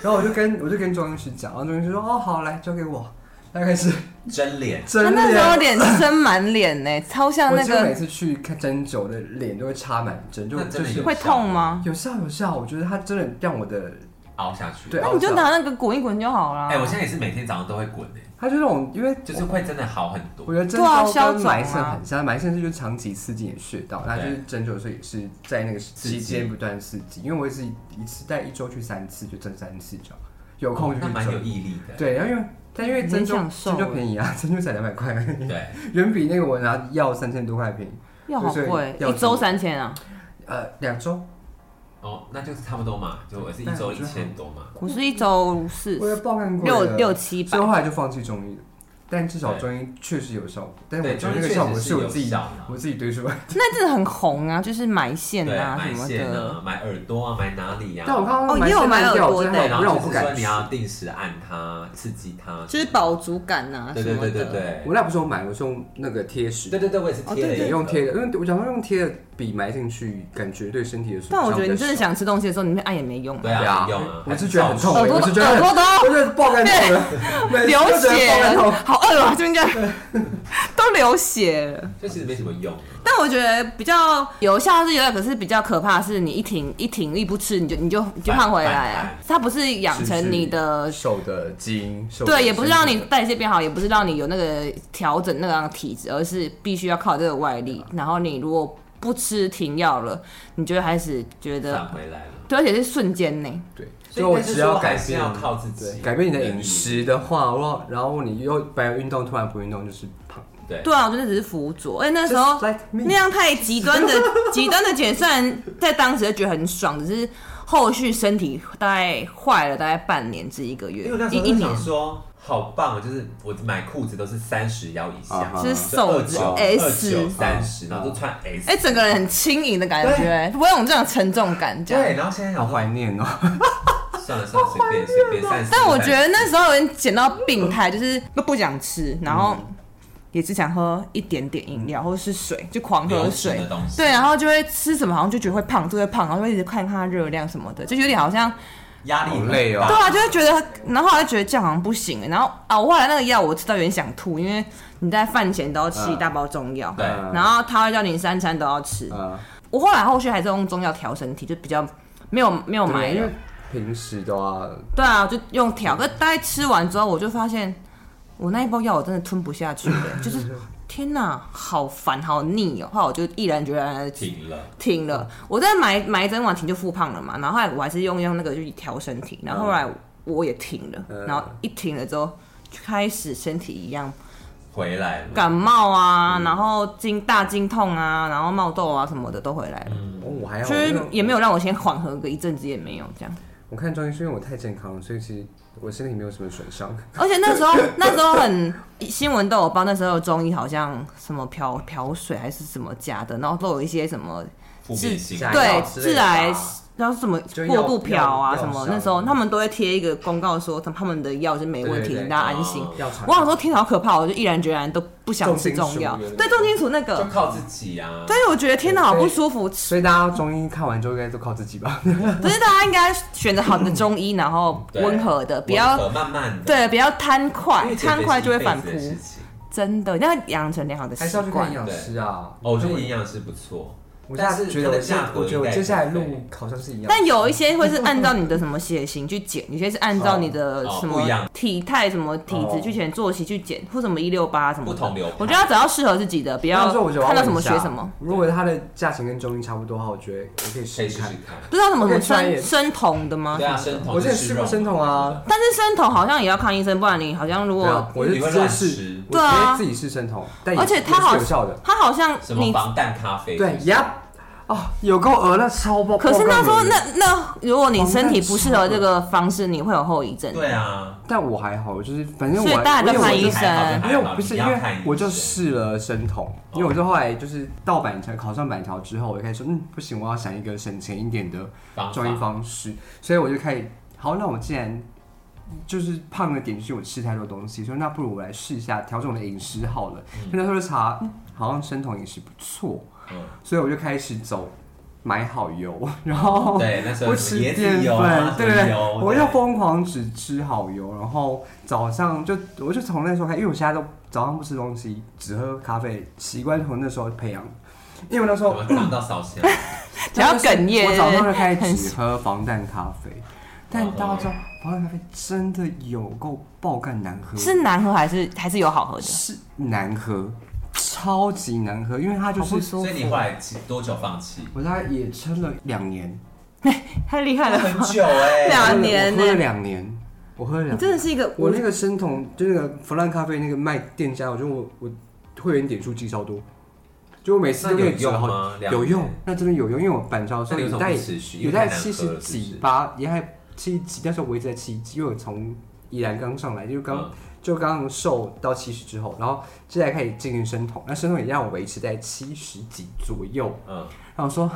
B: 然后我就跟我就跟庄医师讲，然后庄医师说：“哦，好，来交给我。”大概是
A: 真脸，
C: 他
B: 真
C: 那时候
B: 脸。
C: 脸生满脸呢，超像
B: 我
C: 那
B: 几乎每
C: 个
B: 次去看针灸，我的脸都会插满针，就
A: 那真
B: 就
A: 的
B: 是
A: 有
C: 会痛吗？
B: 有效有效。我觉得它真的让我的，
A: 凹下去。
B: 对
C: 那你就拿那个滚一滚就好了。啊
A: 哎，我现在也是每天早上都会滚诶，
B: 它就那种因为
A: 就是会真的好很多
B: 我。觉得针
C: 对啊
B: 灸
C: 消
B: 跟
C: 肿
B: 埋线
C: 啊
B: 很像，埋线是就是长期刺激你的穴道，那就是
A: 对
B: 针灸的时候也是在那个期
A: 激
B: 间不断刺激。因为我也是一次在一周去三次，就针三次这样，有
A: 哦
B: 空就
A: 那
B: 去
A: 蛮有
B: 针。
A: 毅力的。
B: 对，然后因为但因为
C: 你
B: 针
C: 很
B: 灸
C: 享
B: 针
C: 受
B: 灸便宜啊，针灸才两百块 *laughs* 而已，
A: 对，
B: 远比那个我拿药三千多块便宜。
C: 要好贵，
B: 要
C: 一周三千啊！
B: 呃，两周，
A: 哦，那就是差不多嘛，就我
B: 啊
A: 是一周一千多嘛。
C: 我是一周四
B: 我也爆干过
C: 六
B: 了
C: 六七百
B: 所以，后来就放弃中医了。但至少
A: 对
B: 中医确实有效果，但啊是我
A: 对，就
B: 觉得
A: 是
B: 那个
A: 确
B: 效果
A: 实
B: 是我
A: 有
B: 自己
A: 效啦。
B: 我自己堆出来的。
C: 那阵很红啊，就是埋线
A: 对，
C: 啊
A: 买
C: 什么
A: 线
C: 的。
A: 啊，买耳朵啊，买哪里呀？
B: 但我刚
C: 哦
B: 刚蛮
C: 也有
B: 震撼
C: 蛮
B: 掉
C: 耳
B: 我
C: 朵
B: 真
C: 的
B: 的
A: 对，
B: 让
A: 然后
B: 我让我不
A: 就是说
B: 敢
A: 你
B: 吃。
A: 要定时按它，刺激它，
C: 就是饱足感啊
A: 对
C: 什
A: 对
C: 么
A: 对对
C: 的，
A: 对
B: 我，那不是我买，我是用那个贴纸，
A: 对对对，我也是贴
C: 哦
A: 了
C: 对
A: 一
C: 对
A: 个
B: 也用贴的，因为我想说用贴的笔埋进去，感觉对身体的损
C: 但
B: 伤
C: 我
B: 比较
C: 觉
B: 少。
C: 得你真的想吃东西的时候，你那按也没用啊，
A: 对
B: 对
A: 啊，
B: 啊
A: 很用啊，，
B: 我是觉得很痛，
C: 耳朵
B: 我
C: 都
B: 是觉得
C: 耳
B: 很
C: 朵
B: 我
C: 都
B: 觉得爆肝痛
C: *laughs*
B: 了，每次
C: 流
B: 都觉得
C: 血
B: 爆肝
C: 了
B: 痛。，
C: 好饿啊！就应该 *laughs* 都流血了。
A: 就其实没什么用。啊
C: 但我觉得比较有效是有点，可是比较可怕的是你一停一停力不吃，你就你就你就胖回来
A: 反
C: 啊
A: 弹！
C: 它不是养成你的
B: 手的基因，手的
C: 对，也不是让你
B: 身体
C: 代谢变好，也不是让你有那个调整那个体质，而是必须要靠这个外力。
A: 啊
C: 然后你如果不吃停药了，你就会开始觉
A: 返
C: 得，
A: 回来了，
C: 对，而且是瞬间呢。
B: 对，
A: 所以
B: 就我
A: 但是
B: 只要
A: 说
B: 改
A: 还是
B: 变
A: 要靠自己
B: 对改变你的
A: 的
B: 饮
A: 意
B: 食的话，我然后你又本来运动，突然不运动就是胖。
A: 对，
C: 对啊，我觉得只是辅佐。哎，那时候
B: Just like me
C: 那样太极
A: *laughs*
C: 端的极端的减，虽然在当时就觉得很爽，只是后续身体大概坏了大概半年至一个月
A: 因为那，
C: 一
A: 时候
C: 一
A: 就
C: 年
A: 想说，好棒，哦就是我买裤子都是三十腰以下，
B: 啊哈哦
C: 就是
A: 二
C: 瘦子
A: 九、二
C: S
A: 九、。三十，然后都穿 S，
C: 哎、整个人很轻盈的感觉，不会有这种沉重感，这样。
A: 对，然后现在
B: 好
A: 想说
B: 怀念哦，
A: 算了算了，随便随便三十。
C: 哦但我觉得那时候有人减到病态，
A: 嗯
C: 就是都不想吃，然后也只想喝一点点饮料或者是水，就狂喝
A: 流质
C: 水
A: 的。东西，
C: 对，然后就会吃什么，好像就觉得会胖，就会胖，然后就一直看看它热量什么的，就有点好像，
A: 压力很
B: 好累哦
A: 大
C: 对啊，就会觉得，然后后来觉得这样好像不行欸，然后啊，我后来那个药我吃到有点想吐，因为你在饭前都要吃
B: 嗯
C: 一大包中药，
A: 对
C: 然后他会叫你三餐都要吃，
B: 啊，
C: 我后来后续还是用中药调身体，就比较没有没有买
B: 对，因
C: 了
B: 为。平时的话，哦
C: 对啊，我就用调。可大概吃完之后，我就发现我那一包药我真的吞不下去了，就是
B: *laughs*
C: 天哪，好烦，好腻哦。后来我就毅然决然的
A: 停了，
C: 停了。我在买买一整碗停就复胖了嘛，然后后来我还是用用那个去调身体，然后后来我也停了，
B: 嗯
C: 然后一停了之后。就开始身体一样
A: 回来了。
C: 感冒
B: 嗯
C: 啊，然后经大经痛啊，然后冒痘啊什么的都回来了，
B: 哦我还好，
C: 就是
B: 因为
C: 也没有让我先缓和个一阵子也没有
B: *laughs*
C: 这样。
B: 我看中医是因为我太健康了，所以其实我身体没有什么损
C: *laughs*
B: 伤。
C: 而且那时候那时候很新闻都有报，那时候中医好像什么漂漂水还是什么假的，然后都有一些什么
A: 负面性
B: 是
C: 对
B: 之类
C: 致
B: 的吧
C: 癌，然后什么
B: 就
C: 过
B: 药
C: 度漂啊
B: 药
C: 什么
B: 药，
C: 那时候
B: 上
C: 他们都会贴一个公告说他们的药是没问题，
B: 对对对
C: 大家安心。
A: 哦
B: 要查
C: 我想说天好可怕，我就毅然决然都不想吃
B: 重金
C: 中
B: 属
C: 药
B: 有，点
C: 对重金属那
A: 就
C: 个，
A: 靠自己啊。
C: 但是我觉得天哪好不舒服，
B: 所以大家中医看完之后应该都靠自己吧。
C: 不是大家应该选择好的中医，然后
A: 对
C: 温和的，不
A: 温
C: 要
A: 和慢慢的，
C: 对不要贪
A: 因
C: 快，
A: 为减肥
C: 贪快就会反
A: 是
C: 扑
A: 一辈，子的事情
C: 真的要养成良好的
B: *laughs* 还是
C: 习
B: 要去
C: 惯
B: 看营。养师啊。
A: 哦，我觉得营养是不错，
B: 我现
A: 但
B: 在
A: 是
B: 觉
A: 它
B: 得
A: 的
B: 我现
A: 价
B: 在
A: 格
B: 我觉得我
A: 应该
B: 接下来
A: 也可以
B: 录好像是一样。
C: 但有一些会是按照你的什么血型去减，有些是按照你的
A: 哦哦
C: 什
A: 不
C: 么
A: 一样
C: 体态、什么体质去减，作息去减，或什么一六八什么的。
A: 不同流派
C: 我觉得只要适合自己的，不要
B: 哦那时候我觉得我
C: 看到
B: 要
C: 什么
B: 问一下
C: 学什么。。
B: 如果它的价钱跟中医差不多的话，我觉得我可以
A: 可以
B: 试
A: 试
B: 试
A: 试
B: 看。
A: 看。
C: 不知道什么
B: 我可
C: 什么
B: 以穿
C: 生
B: 也
C: 生酮的吗？
A: 对啊，生酮，
B: 我之前试过生酮啊，
C: 但是生酮好像也要看医生，不然哦你好像如
B: 对
C: 果
B: 啊，我就
A: 你会
B: 直接
A: 乱
B: 试
A: 吃，
B: 我
C: 对
B: 直
C: 啊
B: 接自己试生酮，但也
C: 而且它
B: 也
C: 好
B: 是有效的。
C: 它好像
A: 什么
C: 你
A: 防弹咖啡，
B: 对
A: 是不是
B: 呀，哦，有够额那超爆。
C: 可是那时候，
B: 爆干
C: 那
B: 人
C: 那如果你身体不适合这个方式，你会有后遗症。
A: 对啊，
B: 但我还好，就是反正我
C: 所以大家
B: 因为
C: 都
B: 我
C: 看
B: 就
C: 医
B: 是
C: 生
A: 还好
B: 因为我不是
A: 你
B: 因
A: 要
B: 为
A: 看医
B: 我就
A: 生哦
B: 试了生酮，因为我就后来就是到板桥考上板桥之后，我就开始说，嗯，不行，我要想一个省钱一点的
A: 方
B: 专业
A: 法
B: 方式，所以我就开始，好，那我既然就是胖的点就是我吃太多东西，所以那不如我来试一下调整我的饮食好了。所以那时候就查，嗯好像生酮饮食不错，
A: 嗯，
B: 所以我就开始走买好油， *laughs* 然后
A: 对，那时候
B: *laughs* 不
A: 什
B: 吃
A: 么椰
B: 淀
A: 子油啊，
B: 粉，对
A: 什么
B: 对
A: 油，
B: 我就疯狂只吃好油，然后早上就我就从那时候开始，因为我现在都早上不吃东西，只喝咖啡，习惯从那时候培养。因为我那时
A: 怎
B: 候
A: 么长到少
B: *laughs*
A: 钱？
C: 讲到哽咽
B: 我早上就开始
C: 很
B: 只喝防弹咖啡，但大家知道防弹咖啡真的有够爆干难喝，
C: 是难喝还是还是有好喝的？
B: 是难喝，超级难喝，因为它就
C: 好不
B: 是
C: 舒
A: 所以
C: 服，
A: 你后来几多久放弃？
B: 我大概也撑了两年，
C: *laughs* 太厉害了
A: 很
C: 吧！
A: 久哎、
C: 两
A: 欸，
C: 年
B: 我喝了
C: 呢
B: 两年，我喝了两
C: 你
B: 年，
C: 真的是一个
B: 我那个生酮，就那个弗兰咖啡那个卖店家，我觉得我我会员点数记超多，就我每次
A: 那
B: 都可
A: 有
B: 以折
A: 用
B: 好
A: 吗？两
B: 有用
A: 年，
B: 那真的有用，因为我板桥的时候
A: 那你为什
B: 有
A: 么
B: 带
A: 不持续因
B: 有
A: 为
B: 带
A: 太难
B: 七
A: 喝
B: 十
A: 了是不
B: 几
A: 是
B: 八，也还七几，那时候我一直在七几，因为我从宜兰刚上来，就刚、
A: 嗯
B: 就刚瘦到七十之后，然后现在开始进行生酮，那生酮也让我维持在七十几左右，
A: 嗯，
B: 然后我说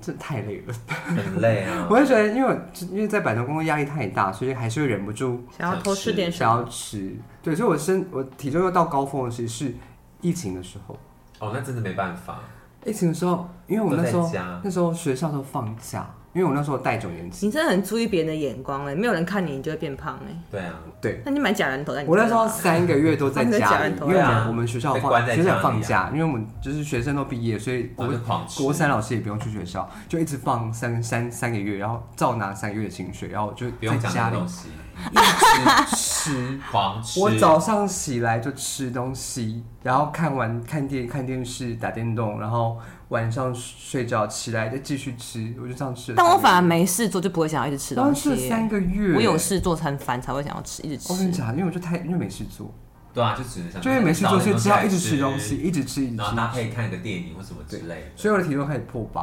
B: 这太累了，
A: 很累啊。
B: 我就觉得因为我因为在板桥工作压力太大，所以还是会忍不住
C: 想要偷吃点什
B: 想
C: 么？
B: 要吃，对，所以我身我体重又到高峰的时候是疫情的时候。
A: 哦，那真的没办法。
B: 疫情的时候，因为我那时
A: 都
B: 候
A: 在家
B: 那时候学校都放假，因为我那时候戴九年级，
C: 你真的很注意别人的眼光哎，没有人看你，你就会变胖哎。
A: 对啊，
B: 对。
C: 那你买假人头在你
B: 我那时候
C: 身上啊
B: 三个月都在
C: *laughs* 你在
B: 家
C: 家
B: 里
C: 里，
B: 因
C: 头
B: 为我
A: 对啊
B: 们我们学校
A: 被
B: 放
A: 关在家
B: 学
A: 里
B: 校
A: 啊
B: 放假，因为我们就是学生都毕业，所以国
A: 然后就狂吃
B: 国三老师也不用去学校，就一直放三三三个月，然后照拿三个月的薪水，然后就
A: 不
B: 在
A: 用讲
B: 家
A: 这
B: 里
A: 东西，一直
B: 吃。
A: 狂吃。
B: 我早上起来就吃东西，然后看完看电看电视打电动，然后晚上睡觉起来再继续吃，我就这样吃了三个月。
C: 但我反而没事做，就不会想要一直吃
B: 然后
C: 东
B: 吃了
C: 西。欸
B: 三个月，哦
C: 我有事做才烦，才会想要吃，一直
B: 我跟
C: 吃
B: 你。讲，因为我就太因为没事做，
A: 对啊，就只能想
B: 就因为没事做，所以只
A: 只
B: 要
A: 要
B: 一直吃东西，，一直吃，一直
A: 然后搭
B: 吃，
A: 配看个电影或什么之类的，
B: 所以我的体重开始破八，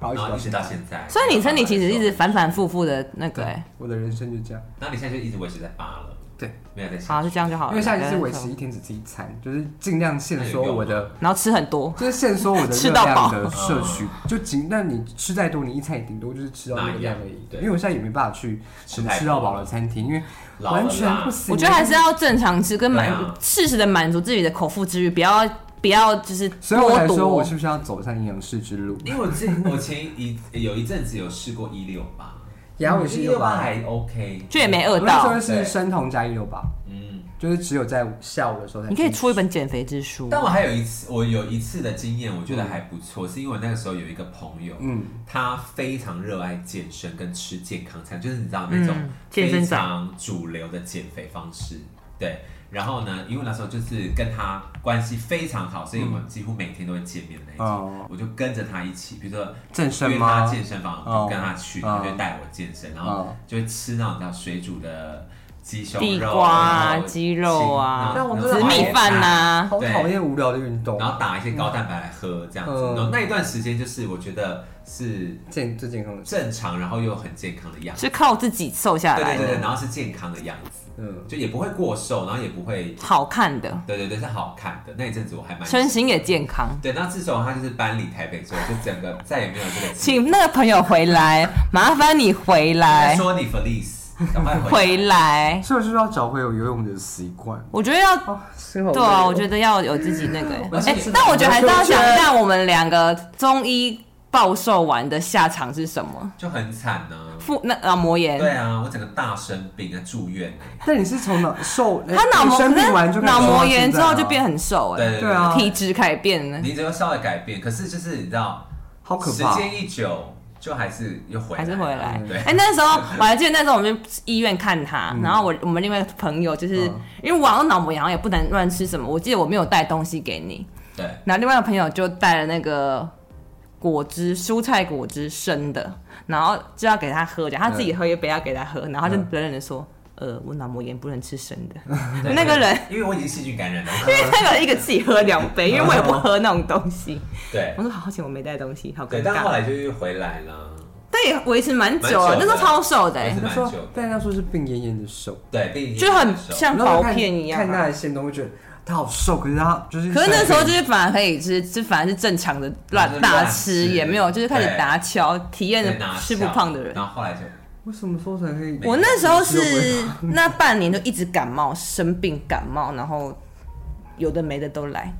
B: 然后
A: 然后
B: 一
A: 一
B: 直
A: 直
B: 到
A: 到
B: 现在，
A: 现在。
C: 所以你身体其实一直，反反复复的那个哎，
B: 我的人生就这样。
A: 然后你现在就一直维持在八了，
B: 对，啊
A: 没有在
C: 好，
A: 下
C: 就这样就好了。
B: 因为下一
C: 大
B: 次
C: 家
B: 维
C: 哦就
B: 持一天只吃一餐，就是尽量限
A: 那有
B: 缩
A: 用
B: 我
A: 吗
B: 的
C: 然后吃很多，
B: 就是限缩我的
C: *laughs* 吃
B: 热
C: 到
B: 量
C: 饱
B: 的摄取，就仅那你吃再多，你一餐也顶多就是吃到那个量而
A: 那一
B: 已
A: 样。对
B: 因为我现在也没办法去什
A: 吃
B: 么
A: 太多
B: 吃到饱的餐厅，因为
A: 老
B: 完
A: 了
B: 全
A: 啦
B: 不行。
C: 我觉得还是要正常吃，跟满
A: 对啊
C: 适时的满足自己的口腹之欲，不要不要就是
B: 所以我才
C: 剥
B: 说我
C: 夺
B: 是。不是要走上营养师之路？
A: 因为我之我前一有一阵子有试过一六八，
B: 然后我是
A: 一
B: 一六
A: 八
B: 八，
A: 还 OK，
C: 就也没饿
B: 我那时候
C: 到。
B: 是生酮加一六八，
A: 嗯。
B: 就是只有在下午的时候才。
C: 你可以出一本减肥之书，
A: 但我还有一次，我有一次的经验，我觉得还不错，是因为我那个时候有一个朋友，
B: 嗯，
A: 他非常热爱健身跟吃健康餐，就是你知道那种
C: 嗯健
A: 非
C: 身
A: 常主流的减肥方式。对，然后呢，因为那时候就是跟他关系非常好，所以我们几乎每天都会见面的那一种。
B: 哦
A: 我就跟着他一起，比如说
B: 健身
A: 约他
B: 吗？
A: 健身房，我
B: 哦
A: 就跟他去，
B: 哦
A: 他就带我健身，然后
B: 哦
A: 就会吃那种叫水煮的鸡胸
C: 地
A: 肉
C: 瓜啊
A: 然后
C: 鸡肉啊
A: 青然后
B: 那我
A: 然
C: 紫
A: 后
C: 米饭啊呐、
B: 好讨厌无聊的运动
A: 然，后打一些高蛋白来喝这样子。
B: 嗯
A: 然后那一段时间就是我觉得是
B: 健最健康的事。
A: 正常，然后又很健康的样子，
C: 是靠自己瘦下
A: 对
C: 来
A: 对对对，
C: 的，
A: 然后是健康的样子，
B: 嗯，
A: 就也不会过瘦，然后也不会，
C: 好看的，
A: 对对对，是好看的。那一阵子我还蛮
C: 身形也健康。
A: 对，那自从他就是搬离台北之后，就整个再也没有这个气。
C: 请那个朋友
A: *laughs*
C: 回来，麻烦你回
A: 他
C: 来，
A: 说你 Felice，赶快
C: 回
A: 回来。
C: 来。
B: 所以我是不是要找回有游泳的习惯。
C: 我觉得要
B: 哦，心好累
C: 对啊，
B: 哦
C: 我觉得要有自己那个、欸。
A: 我是
C: 哎、
A: 觉得
C: 但我觉得还是要想一
B: 我觉
C: 下我们两个中医暴瘦完的下场是什么？
A: 就很惨呢、
C: 腹那脑膜炎，
A: 对啊，我整个大生病啊，住院、欸。
B: 但你是从脑瘦，
C: 他脑膜
B: 生病完啊就
C: 那脑膜炎之后就变
B: 很
C: 很瘦哎、
A: 对
B: 对啊
C: 体质改变了，
A: 你只有稍微改变，可是就是你知道，
B: 好可
A: 时
B: 怕。
A: 间一久，就还是又回来，嗯
C: 还是回来。
A: 对嗯
C: 哎、，那时候我还记得那时候我们去医院看他，然后我我们另外一个朋友就是、
B: 嗯
C: 因为我好像脑膜炎好像也不能乱吃什么，我记得我没有带东西给你，
A: 对，
C: 然后另外一个朋友就带了那个果汁，蔬菜果汁生的，然后就要给他喝，然后他自己喝也不要给他喝，然后他就冷冷的说：“呃，我脑膜炎不能吃生的。
A: 对
C: 那个人，
A: 因为我已经细菌感染了。
C: 因为他有一个自己喝两杯，因为我也不喝那种东西。
A: 对
C: *laughs* 我说好好险我没带东西，好
A: 对，
C: 尴
A: 但后
C: 尬。
A: 来就是回来了，
C: 但也维持蛮久了，
A: 蛮久的
C: 那时候超瘦的、
A: 维
C: 欸
A: 持，
B: 他
A: 蛮
B: 说
A: 久的，
B: 但他说是病恹恹的手，
A: 对，并
C: 就很像
B: 然后
C: 薄
B: 我看
C: 片一样
B: 看他
C: 啊。
B: 的线动，会觉得他好瘦，可是他就是。
C: 可是那时候就是反而可以吃，就反而是正常的
A: 就是
C: 乱大
A: 乱吃
C: 吃，也没有就是开始
A: 对
C: 打敲，体验
A: 对
C: 了
A: 拿
C: 吃不
A: 笑
C: 胖的人。
A: 然后后来就
B: 我什么时候才可以？
C: 我那时候是
A: 啊
C: *laughs* 那半年就一直感冒，生病感冒，然后有的没的都来，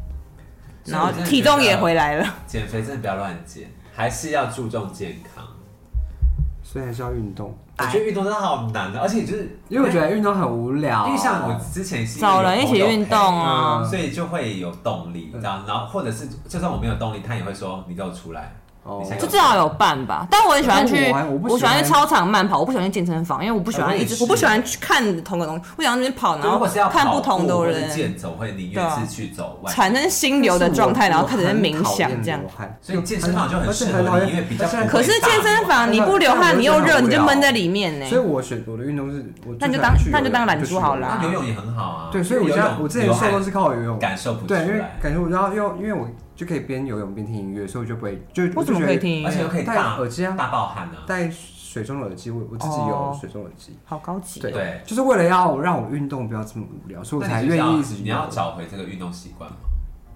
C: 然后体重也回
A: 来。
C: 来了。
A: 减肥真的不要乱减，还是要注重健康。
B: 所以还是要运动，
A: 我觉得运动真的好难的，啊而且就是
B: 因为我觉得运动很无聊。啊
A: 因为像我之前是因为
C: 找人一起
A: 有朋友
C: 运动啊
A: 陪所以就会有动力，然后然后或者是就算我没有动力，他也会说你给我出来。
B: 哦
A: 你想
C: 就至少有伴吧，但我很喜欢去，
B: 但我还我不喜欢
C: 喜欢去操场慢跑，我不喜欢去健身房，因为我不喜
A: 哎
C: 欢
A: 我也
C: 一直，
A: 是
C: 我不喜欢去看同个东西，我想那边跑，然
A: 如
C: 后
A: 果是要
C: 看
A: 跑
C: 不同
A: 步
C: 的
A: 或是
C: 人，
A: 健走会宁
C: 对
A: 愿
C: 啊
A: 是去走外。
C: 产生心流的状态，然后开始在冥想这样。
A: 所以健身房就很适合
B: 而且很讨厌
A: 你因为比较
B: 而且很
A: 不会
C: 可是健身房你不流汗，你又热，你就闷在里面呢、
B: 所以我选我的运动是，我
C: 那你
B: 最
C: 就当
B: 想去游
C: 那你就
B: 泳
C: 当懒猪
B: 去游
C: 好
B: 泳
C: 了
A: 那游泳也很好啊。
B: 对，所以我
A: 因为
B: 现
A: 游
B: 在
A: 泳
B: 我之前
A: 流
B: 瘦
A: 汗
B: 都是靠游泳，
A: 感受不出
B: 对，因为
A: 来，
B: 感觉我知道，因为因为我就可以边游泳边听音乐，所以我就不会就
C: 为什么可以听？音
A: 而且又
C: 乐？
A: 可以
B: 戴
A: 大
B: 耳机啊
A: 大爆汗啊。
B: 戴水中的耳机，我我自己有
C: 哦
B: 水中耳机，
C: 好高级、哦。
B: 对
A: 对
B: 就是为了要让我运动不要这么无聊，所以我
A: 那
B: 才
A: 你就是
B: 愿
A: 要
B: 意一直
A: 你
B: 游
A: 要找回这个运动习惯吗？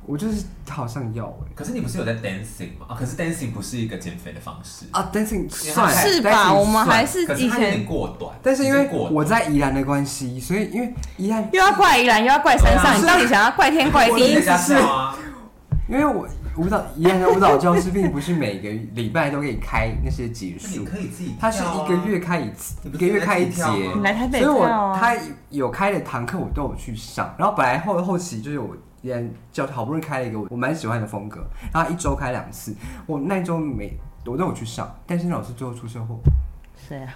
B: 我就是好像要哎。
A: 可是你不是有在 dancing 吗？啊，可是 dancing 不是一个减肥的方式，
B: 啊，dancing
A: 因为
B: 算
A: 它
C: 是吧？我们还是
A: 可是
C: 以
A: 它有点
C: 前
A: 过短。
B: 但是因
A: 已
B: 为
A: 经过短
B: 我在宜兰的关系，所以因为宜兰，
C: 又要怪宜兰，又要怪山
A: 对啊
C: 上，你到底想要怪天怪
A: 我的
C: 地
A: 意？思是啊，
B: 因为我舞蹈宜兰的舞蹈教室并不是每个礼拜都可以开那些结
A: 那你
B: 束，
A: 可以自己、啊，
B: 它是一个月开一次，
A: 你
B: 一
A: 不
B: 个
A: 是
B: 月开一节
A: 在自己跳吗。
C: 你来台
B: 所
C: 北
B: 以
C: 跳
B: 我
C: 啊！
B: 他有开的堂课我都有去上，然后本来后后期就是我也教好不容易开了一个我蛮喜欢的风格，然后一周开两次，我那一周每我都有去上，但是那老师最后出车祸，
C: 谁啊？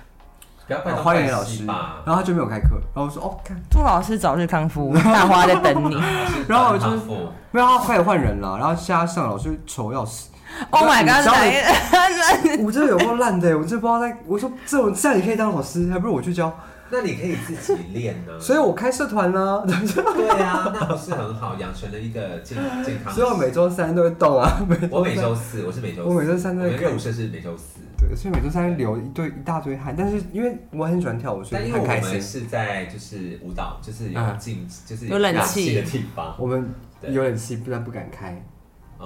A: 不要怪东
B: 花园
A: 怪
B: 老
A: 西
B: 师，
A: 吧
B: 然。后他就没有开课，然后我说哦看，
C: 祝老师早日康复，大花在 *laughs* 等你。
B: *laughs* 然后我就是
A: 是反复
B: 没有他快点换人了，然后下上老师丑要死， *laughs*
C: Oh my
B: 你知道
C: god！
B: 你
C: 来
B: 我这有够烂的，我真不知道在，我说这种这样你可以当老师，还不如我去教，
A: 那你可以自己练呢、啊。
B: 所以我开社团呢、 *laughs*
A: 对啊，那不是很好，养成了一个健健康。
B: 所以我每周三都会动啊，每
A: 我每周四，我是每周四，
B: 我每周三都
A: 我
B: 在
A: 们热舞社是每周四，
B: 对，所以每周三流一堆一大堆汗，但是因为我很喜欢跳舞，所
A: 但
B: 以
A: 因为
B: 很
A: 我
B: 开
A: 们
B: 心。
A: 是在就是舞蹈，就是有
B: 嗯
A: 进，就是
C: 有冷
A: 氧
C: 气
A: 的地方，
B: 我们
A: 对
B: 有点气，不但不敢开，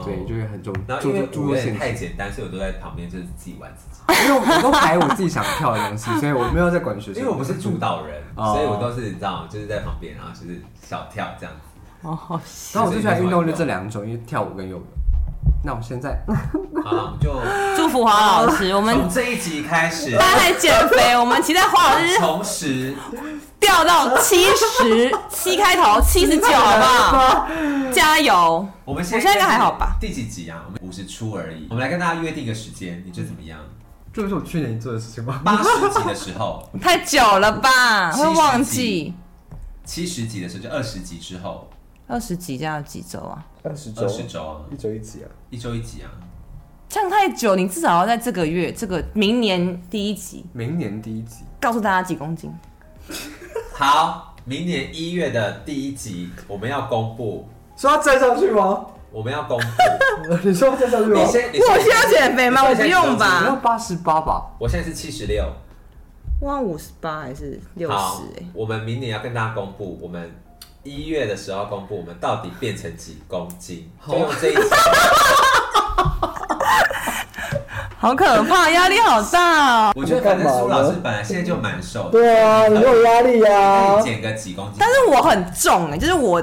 B: 对，
A: 嗯
B: 就是很重，
A: 然后
B: 注
A: 因为
B: 注注
A: 舞
B: 重
A: 也
B: 现
A: 太
B: 实。
A: 简单，所以我都在旁边就是自己玩自己。
B: 因为我都排我自己想跳的
A: *laughs*
B: 东西，所以我没有在管学
A: 因
B: 生。
A: 为我不是主导人，
B: 哦
A: 所以我都是你知道，就是在旁边，然后就是小跳这样子。
C: *laughs* 哦，好
B: 然后我最喜欢运动就这
A: 里。
B: 两种，因为跳舞跟游泳。那我现在
A: 好了，我们就
C: 祝福华老师，我们
A: 从这一集开始，
C: 大家来减肥，我们期待华老师
A: 重拾
C: 掉到七 *laughs* 十七开头，七十九，好不好？加油！
A: 我们现
C: 我现在应该还好吧？
A: 第几集啊？我们五十出而已。我们来跟大家约定一个时间，你觉得怎么样？
B: 这不是我去年做的事情吗？
A: 八十集的时候，
C: 太久了吧，会忘记。
A: 七十集的时候，就二十集之后，
C: 二十几这样有几周啊？
B: 二十
A: 二十周啊，
B: *laughs* 一周一集啊。
A: 一周一集啊。
C: 这样太久，你至少要在这个月、这个明年第一集
B: 明年第一集，
C: 告诉大家几公斤。
A: 好，明年一月的第一集，我们要公布，
B: 说要站上去吗？ *laughs*
A: 我们要公布。
C: *laughs*
B: 你说要站上去吗
A: 你？先，啊你
C: 我需
A: 先，
C: 要减肥吗？我
A: 你
C: 不
A: 现在
C: 用
B: 你要
C: 吧。
B: 八十八吧？
A: 我现在是七十六。
C: 我好像五十八还是六
A: 好
C: 十？哎，，
A: 我们明年要跟大家公布，我们一月的时候公布我们到底变成几公斤，就用这一集。
C: 好可怕，压力好大哦。
A: 我觉得反正苏老师本来现在就蛮瘦的，
B: 啊，
A: 你有
B: 压力啊
A: 可以减个几公斤。
C: 但是我很重哎、就是我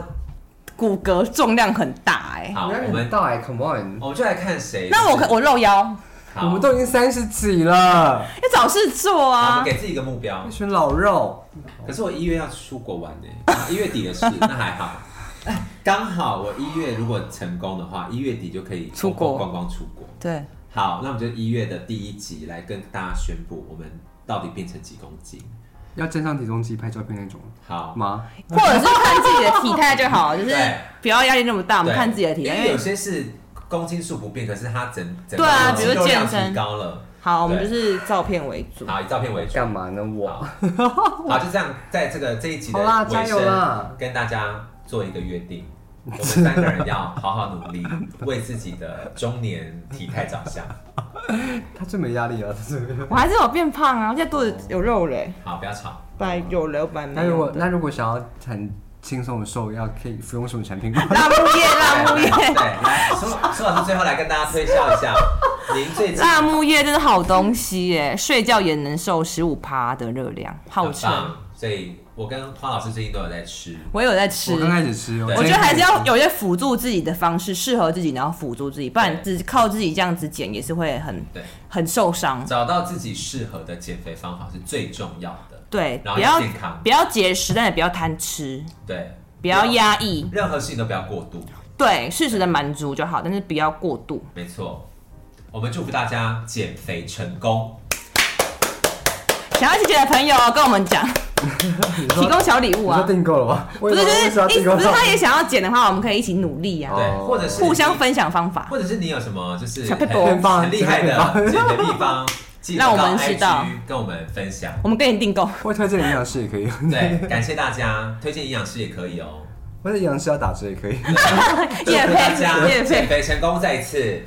C: 骨骼重量很大哎、
A: 好，我
B: 我们
A: 们
B: 大哎，Come on！
A: 我们就来看谁。
C: 那我可我露腰，
A: 好
B: 我们都已经三十几了，
C: 要找事做
A: 好我
C: 啊
A: 们。给自己一个目标
B: 一。群老肉。
A: 可是我一月要出国玩呢、啊一月底的事，那还好。哎刚好我一月如果成功的话，一月底就可以
C: 出国
A: 观光出国。
C: 对，
A: 好，那我们就一月的第一集来跟大家宣布，我们到底变成几公斤。
B: 要站上体重机拍照片那种
A: 好，
B: 吗？
C: 或者是看自己的体态就好，就是
A: *laughs* 对
C: 不要压力那么大，我们
A: 对
C: 看自己的体
A: 因
C: 态，
A: 为
C: 因
A: 有
C: 为
A: 些是公斤数不变，可是它整整
C: 对啊
A: 个
C: 比如
A: 肌肉量
C: 健身
A: 提高了，
C: 好，我们就是照片为主。
A: 好，以照片为主。
B: 干嘛呢？我
A: 好，啊
B: *laughs*
A: 好，就这样，在这个这一集的
B: 好啦
A: 尾
B: 加油啦
A: 声，跟大家做一个约定，我们三个人要好好努
B: *laughs*
A: 力，为自己的中年体态着想。
B: 他最没压力了，他最没。
C: 我还是有变胖啊，我现在肚子有肉欸嘞，
A: 好，不要吵。
C: 本来有了，本来
B: 那
C: 没
B: 如
C: 有
B: 果
C: 的。
B: 那如果想要很轻松的瘦，要可以服用什么产品吗？
C: 辣木叶，辣木
A: 对， *laughs*
C: 叶，
A: 来，苏苏老师最后来跟大家推销一
B: *laughs*
A: 下，您最近
C: 辣木叶真是好东西耶，睡觉也能瘦十五趴的热量，号
A: 很
C: 称。
A: 棒，所以我跟花老师最近都有在吃。
C: 我有在吃，
B: 我刚开始吃，
A: 对
C: 我
B: 最近
C: 觉得还
B: 开
C: 是要
B: 始吃
C: 有一些辅助自己的方式，适合自己，然后辅助自己，不然只靠自己这样子减也是会很
A: 对，
C: 很受伤。
A: 找到自己适合的减肥方法是最重要的。
C: 对，
A: 然后
C: 不要
A: 健康
C: 不要节食，但也不要贪吃，
A: 对，
C: 不要压抑，
A: 任何事情都不要过度。
C: 对，适时的满足就好，但是不要过度。
A: 没错，我们祝福大家减肥成功。
C: 想要去减的朋友跟我们讲，
B: 你
C: 提
B: 说
C: 供小礼物
B: 你说
C: 啊，
B: 订购了吗？不
C: 不是就是
B: 要订
C: 一
B: 购
C: 不是他也想要减的话，我们可以一起努力啊，
A: 对，
B: 哦
A: 或者是
C: 互相，分享方法。
A: 或者是你有什么就是
C: 小
A: 很
C: paper
A: 很厉害的减肥秘方，记得
C: 让我
A: 到
C: 们知道
A: IG 跟我们分享。
C: 我们跟你订购，
B: 我推荐营养师也可以，
C: *laughs*
A: 对，感谢大家，推荐营养师也可以哦。
B: 或者营养师要打折也可以。
A: 祝
C: 叶
A: 福大家
C: 佩叶
A: 减肥
C: 佩。
A: 成功，再一次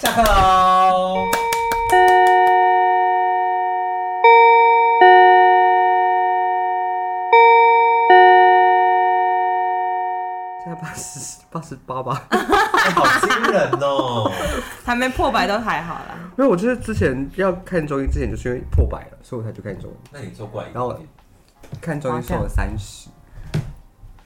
A: 下课喽。
B: 现在八十八十八吧。
A: 哎好惊人
C: *laughs*
A: 哦！
C: 还没破百都还好啦。
B: 因为我就是之前要看中医之前，就是因为破百了，所以我才去看中医。
A: 那你做怪一
B: 然后
A: 点，
B: 我看中医瘦了三十，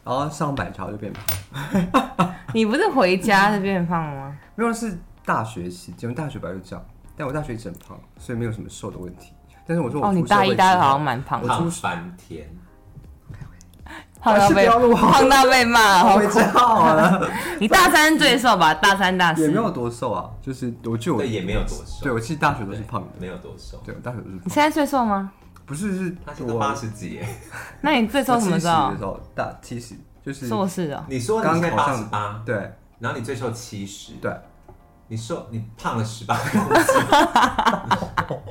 B: 然后上板桥就变胖。
C: 你不是回家是变胖吗？
B: 没有是大学期间，我大学本来就这样，但我大学一直很胖，所以没有什么瘦的问题。但是我说我
C: 哦，你
B: 出社
C: 大
B: 会
C: 一、大二
B: 之后
C: 好像蛮胖的，
A: 胖翻天，
C: 胖到
B: 啊还是不
C: 被
B: 要录啊好了
C: 胖到被骂，好
B: 回家好了，
C: 你大三最瘦吧？大三、大
B: 啊也
C: 四
B: 没，有多瘦啊， *laughs* 就是我就我
A: 对，也没有多瘦，
B: 对我其实大学都是胖的，
A: 没有多瘦，
B: 对我大学都是
C: 你
B: 胖，
C: 现在最瘦吗？
B: 不是是
A: 他现在
B: 我
A: 八十几耶。
C: 那你最瘦什么时
B: 我
C: 候
B: 70的时？候大七十就是
C: 硕士哦，
A: 你说你
B: 刚
A: 现在
B: 考
A: 八十
B: 上
A: 八，
B: 对
A: 然后你最瘦七十，
B: 对。
A: 你瘦你胖了十八公斤，